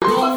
啊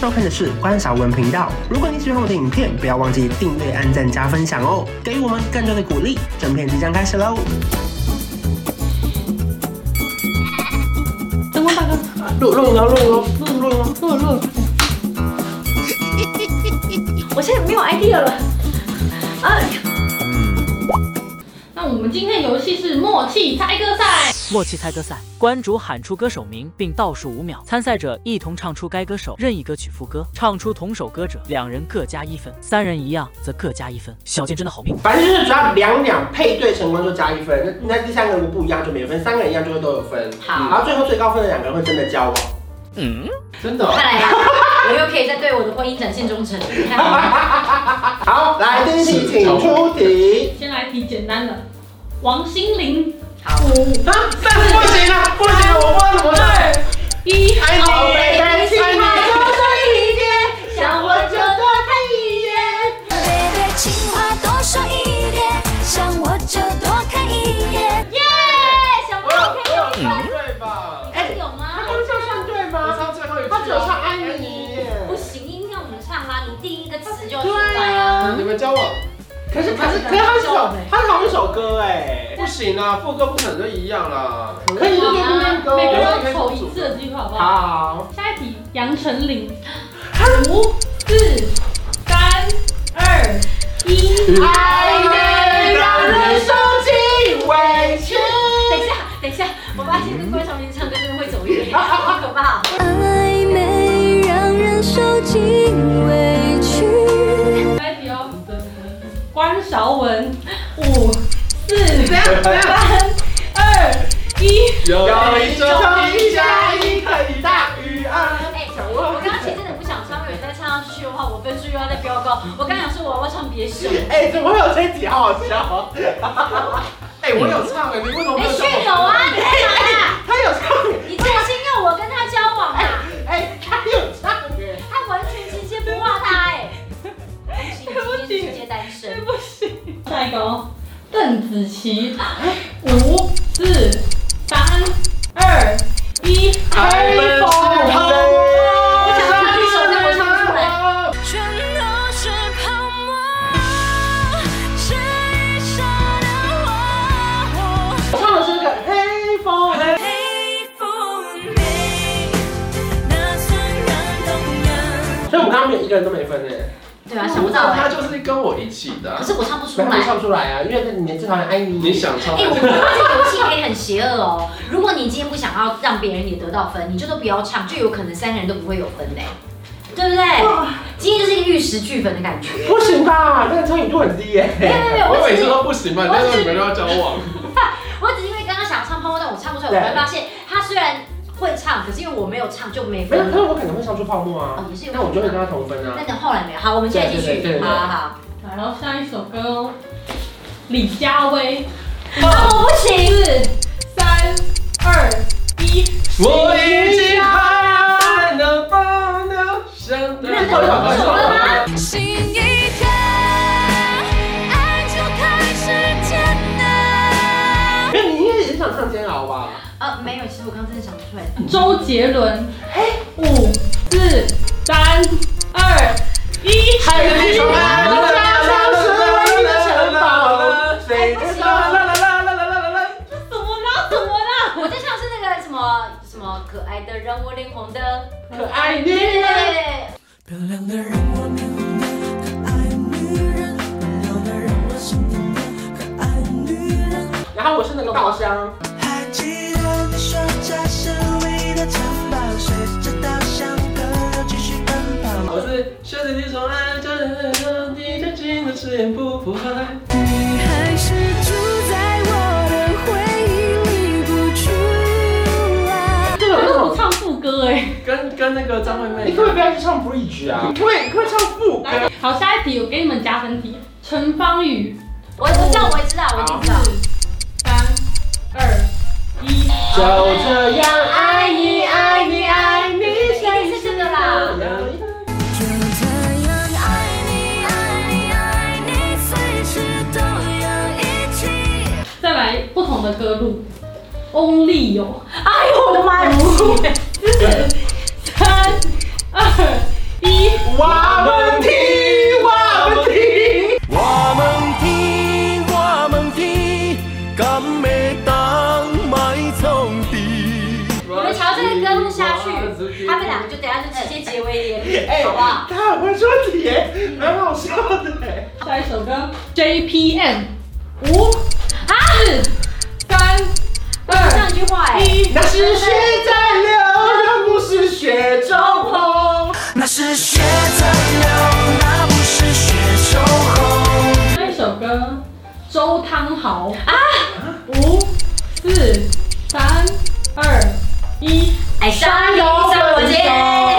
收看的是观赏文频道。如果你喜欢我的影片，不要忘记订阅、按赞、加分享哦，给予我们更多的鼓励。整片即将开始喽！灯光大哥，录录了，录了，录录录录录。我现在没有 idea 了啊！那我们今天的游戏是默契猜歌赛，默契猜歌赛，观主喊出歌手名，并倒数五秒，参赛者一同唱出该歌手任意歌曲副歌。唱出同首歌者，两人各加一分；三人一样，则各加一分。小健真的好命，反正就是只要两两配对成功就加一分，那那第三个如果不一样就没分，三个人一样就会都有分。好然后最后最高分的两个人会真的交往。真的哦、看来我又可以在对我的婚姻展现忠诚。你看，好，来第一题，是请交往出题。先来题简单的，王心凌，啊，但是不行了，不行了，我不知道怎么对。一爱你好美爱的你心花就一点，想我就多看一眼。 baby，情话多说一点，想我就多看一眼。耶，哎小朋友可以有一分，哎对吧？哎，有吗？唱对我？唱最后一句、哎他只有唱安妮耶。不行，因为我们唱啦，你第一个词就出对来了。啊你，们交往可是可是可是他是首他是同一首歌哎，不行啊，副歌不可能就一样啦。可以就变歌。每个人都口一次的机会，好不好？好，下一题，杨丞琳，五、四、三、二、一。爱你让人受尽委屈。等一下，等一下，我发现跟关晓明唱歌真的会走音，好可怕。暧昧让人受尽委屈，下一题哦，关韶文，五、四、三、二、一。有有一一种种一一加加一，一等于大于二。哎，我刚刚其实真的不想唱，因为再唱上去的话，我分数又要再飙高。我刚想说我要唱别首，哎，怎么会有这题？好好笑。哎、我有唱哎、你为什么没哎，有交炫往？友啊，你在哪啊？他有唱，你真心要我跟他交往啊？哎，他有唱哎。他完全直接不骂他哎。对不起，直接单身。对不起。下一个哦，邓紫棋，五、四、三、二、一，开门是泡沫。我想唱这首，但我唱不出来。全都是泡沫，是一刹的我。我唱的是个黑风。黑风美，那算让动人。所以我们刚刚没有一个人都没分哎。对啊，想不到他哎。就是跟我一起的啊可。是我唱不出没来有。唱不出来啊，因为你最讨厌爱你。你想唱哎、还我是觉得这个游戏可以很邪恶哦。如果你今天不想要让别人也得到分，你就都不要唱，就有可能三个人都不会有分嘞，对不对？今天就是一个玉石俱焚的感觉。不行吧？那个参与度很低耶、没有没有没有，我我每只次是都不行嘛，我只但是是你们都要交往。我只是因为刚刚想唱泡泡，但我唱不出来，我才发现他虽然会唱，可是因为我没有唱就没没有，分可。是我可能会唱出泡沫啊哦，也是有那我就会跟他同分啊那。等后来没有，好，我们现在继对对对续，对好好好。来，然后下一首歌哦，李佳薇，啊，我不行，三二一，我已经怕能放得下。你们都有这首歌啊吗？心一天，爱就开始艰难。没有，你应该也是想唱煎熬吧？啊，没有，其实我刚刚真的想不 出来。周杰伦，五四三二一，还有那首啦爱啦的啦家乡是哎唯一的城堡了，谁不知行道啦啦啦啦啦啦啦啦。怎么了？怎么了？我在唱是那个什么什么可爱的让我脸红的，可爱女对人，漂亮的让我面红的可爱女人，温柔的让我心动的可爱女人。然后我是那个稻香，还记得你说家是唯一的城堡，随着稻香河流继续奔跑。我是学着你宠爱，教着你真情的誓言不腐败。你还是住在我的回忆里不出来。这可种是那我种，唱副歌哎。跟跟那个张惠妹你可不可以不要去唱 bridge 啊？你可不可以你可不可以唱副歌？来，好，下一题我给你们加分题，陈芳宇，我我知道，我知道，我一定知道。三二一，就这样爱你爱你爱你，一定是这个啦。就这样爱你爱你爱你，随时都要一起。再来不同的歌路，翁立友，哎呦我的妈呀！三二我们听，我们听。我们听，我们听，敢会当埋藏地？你们朝这个歌录下去，他们两个就等下就直接结为哎连理，好不好？他很会说题，蛮好笑的。下一首歌 JPM 五四三我只二唱一句话哎，一，那是血在流，那不是雪中 红。那是血在流，那不是血中红。下一首歌周汤豪啊五四三二一，哎，上有上我肩。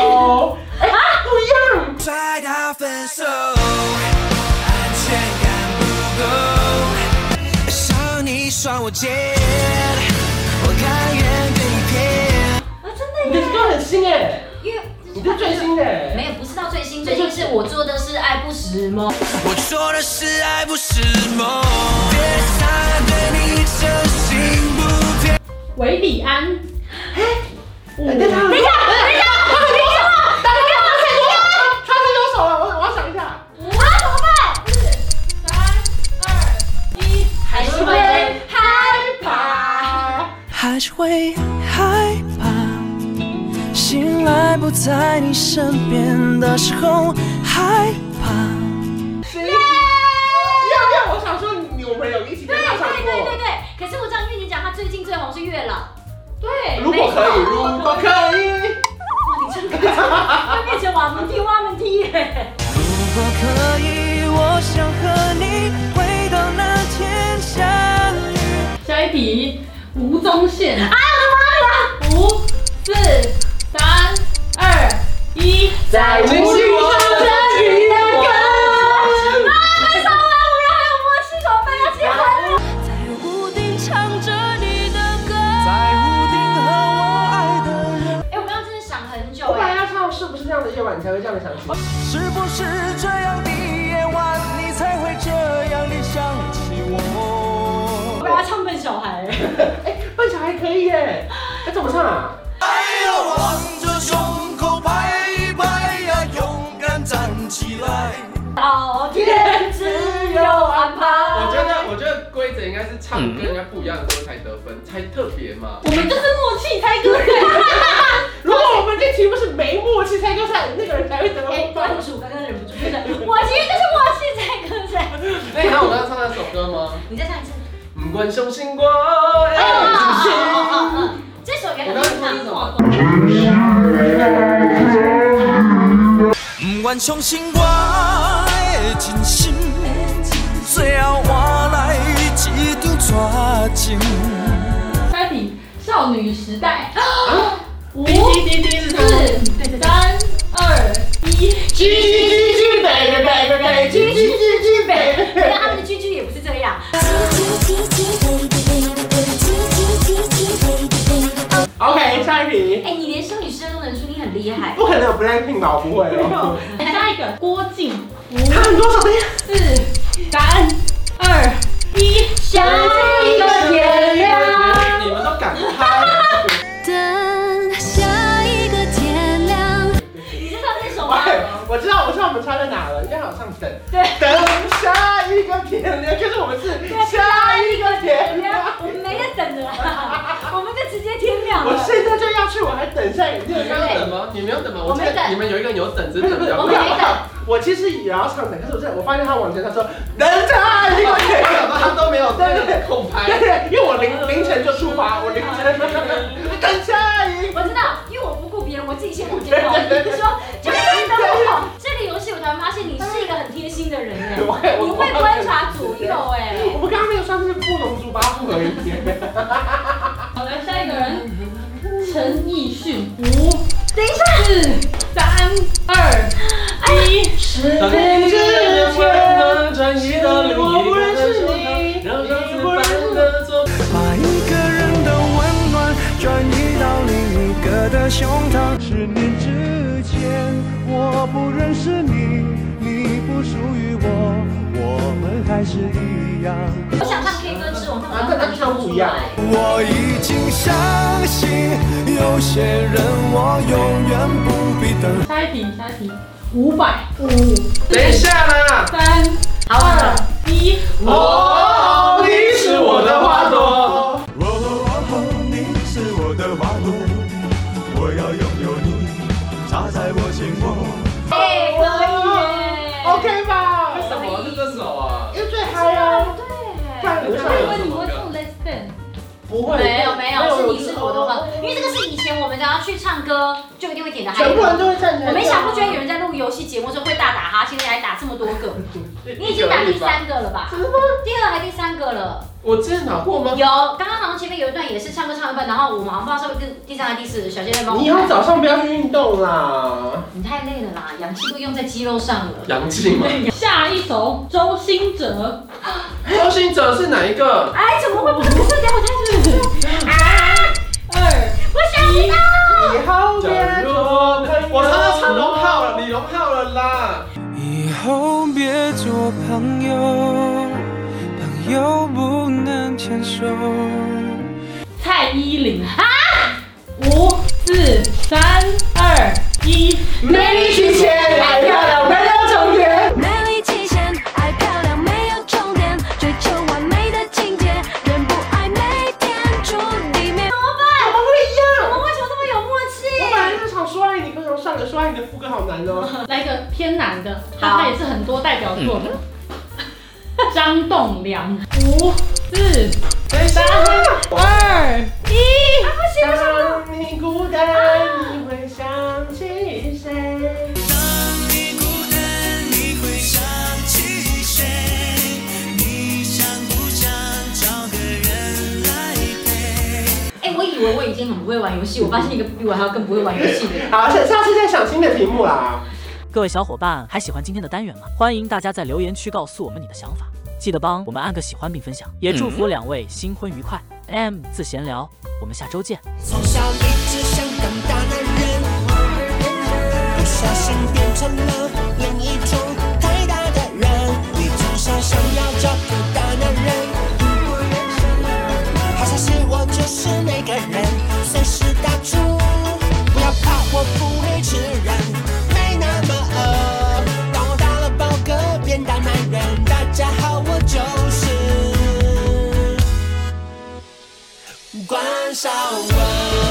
哦，哎，不一样。再到分手，安全感不够，少你双我肩，我甘愿被你骗。啊，真的你的耶！歌很新哎，因为你是最新的哎。没有，不是到最新，最新是我做的是爱不时髦。我做的是爱，不是梦。别再对你真心不变。韦礼安等一下，嗯等一下，等一下，等一下，哎他才有手了，我我要想一下。啊，怎么办？三二一，还是会害怕。还是会害怕。醒来不在你身边的时候，害怕。要要，我想说你我们有一起跟对他对唱对对过。对，可是我知道，因为你讲他最近最红是月老，对，如果可以，如果可以，哇，你真的会变成瓦门踢瓦门踢耶！如果可以，我想和你回到那天相遇。下一题吴宗宪啊，啊，五四三二一，在你哎心中这一我的妈！啊，分手了，我们还有默契，怎么办？要结婚了。在屋顶唱着你的歌，在屋顶和我爱的人，哎，我刚刚真的想很久我本来哎。要唱是不是这样的夜晚你才会这样想起？是不是这样的夜晚，你才会这样的想起我？我要唱笨小孩，哎，笨小孩可以耶，哎怎么唱啊？哎呀，望着胸口拍一拍呀，勇敢站起来。老天自有安排。我觉得，我觉得规则应该是唱跟人家不一样的歌才得分，才特别嘛。我们就是默契猜歌赛，如果我们这题目是没默契猜歌赛，那个人才会得哎，关分。主刚刚忍不住真的，我其实就是默契在歌在。那你知道我刚刚唱那首歌吗？你再唱一次。不管相信我，哎，这首也我很刚刚难唱那首唱。歌，不愿相信我的真心，最后换来一张绝情。下一题少女时代啊，五滴滴滴滴是他们。四三二一，叽叽叽叽，baby baby baby，叽叽叽叽 baby。因为他们的句句也不是这样。 OK，下一题。哎，你连少女时代都能出，你很厉害。不可能有 Blackpink 吧？我不会哦。下一个郭靖，五他很多首歌。四三二一，像一个天亮，你们都敢拍？等下一个天亮。你知道这首吗？喂，哎我知道，我知道我们差在哪了，因为好像等对等下一个天亮，可是我们是下一个天亮。我们没得等了啦，我们就直接天亮我了。现在就要去，我还等下一你个们天要亮。等吗？你们要等吗？我我没记得等你们有一个人有等，只是等比较我快没等我其实也要唱的，可是我真的，我发现他往前，他说等下一个天我想亮。到他都没有那个空对拍。对，因为我凌凌晨就出发，我凌 晨等下一个。我知道，因为我不顾别人，我自己先往前跑。你说，就是等我跑。这个游戏我突然发现你是一个很贴心的人哎，你会观察左右哎。我们刚刚那个算是不同猪八不合一天。好来下一个人陈奕迅，五等一下四三二一，当哎你之前的转移的另一个人手上让上次般的做把一个人的温暖转移到另一个的胸膛。十年之前，我不认识你，你不属于我，我们还是一样。我想唱 K 歌之王，啊那那唱不一样我已经相信，有些人我永远不必等。下一题下一题五百五等一下啦！三好稳了，一，哦，你是我的花朵。哦哦哦，你是我的花朵，我要拥有你，插在我心窝。哎，可以耶。 ，OK 吧？为什么是这首啊？因为最嗨啊！对，看我我以为上你会唱 Let's Dance，不会，没有没有，是你是我的话，因为这个个是以前我们只要去唱歌就一定会点的嗨哦全部人歌。都会站起来。我没想过，居然有人在录游戏节目的时候会大打哈欠，还打这么多个。你已经打第三个了吧？第二还第三个了。我之前打过吗？有，刚刚好像前面有一段也是唱歌唱一半，然后我们好像不知道是不是第第三还第四，小仙在帮我你以后早上不要去运动啦。你太累了啦，氧气都用在肌肉上了。杨静嘛。下一首周兴哲，周兴哲是哪一个？哎，怎么会不是？可是等我太久二我想不到。以后假别如我唱到唱龙号了，李荣浩了啦。以后别做朋友，朋友不能牵手。蔡依林啊，五四三二一，美丽极限，爱漂亮，没有终点。美丽极限，爱漂亮没有终点，追求完美的境界，人不爱美，天诛地灭。怎么会一我样？们为什么这么有默我本来契？就想说爱你，可是我上个说哎爱你的副歌好难哦。来一个偏难的，他他也是很多代表作的。张栋梁，五四等一下，二一，当你孤单，你会想起谁？哎，我以为我已经很不会玩游戏，我发现一个比我还要更不会玩游戏的。好，下下次再想新的题目啦。各位小伙伴，还喜欢今天的单元吗？欢迎大家在留言区告诉我们你的想法，记得帮我们按个喜欢并分享，也祝福两位新婚愉快。M 字闲聊，我们下周见。从小一直想当大男人，不小心变成了另一种太大的人。你从小想要找个大男人，好消息我就是那个人，随时打住，不要怕，我不会吃人，没那么饿。当我打了饱嗝变大男人，大家好，我就是关少文。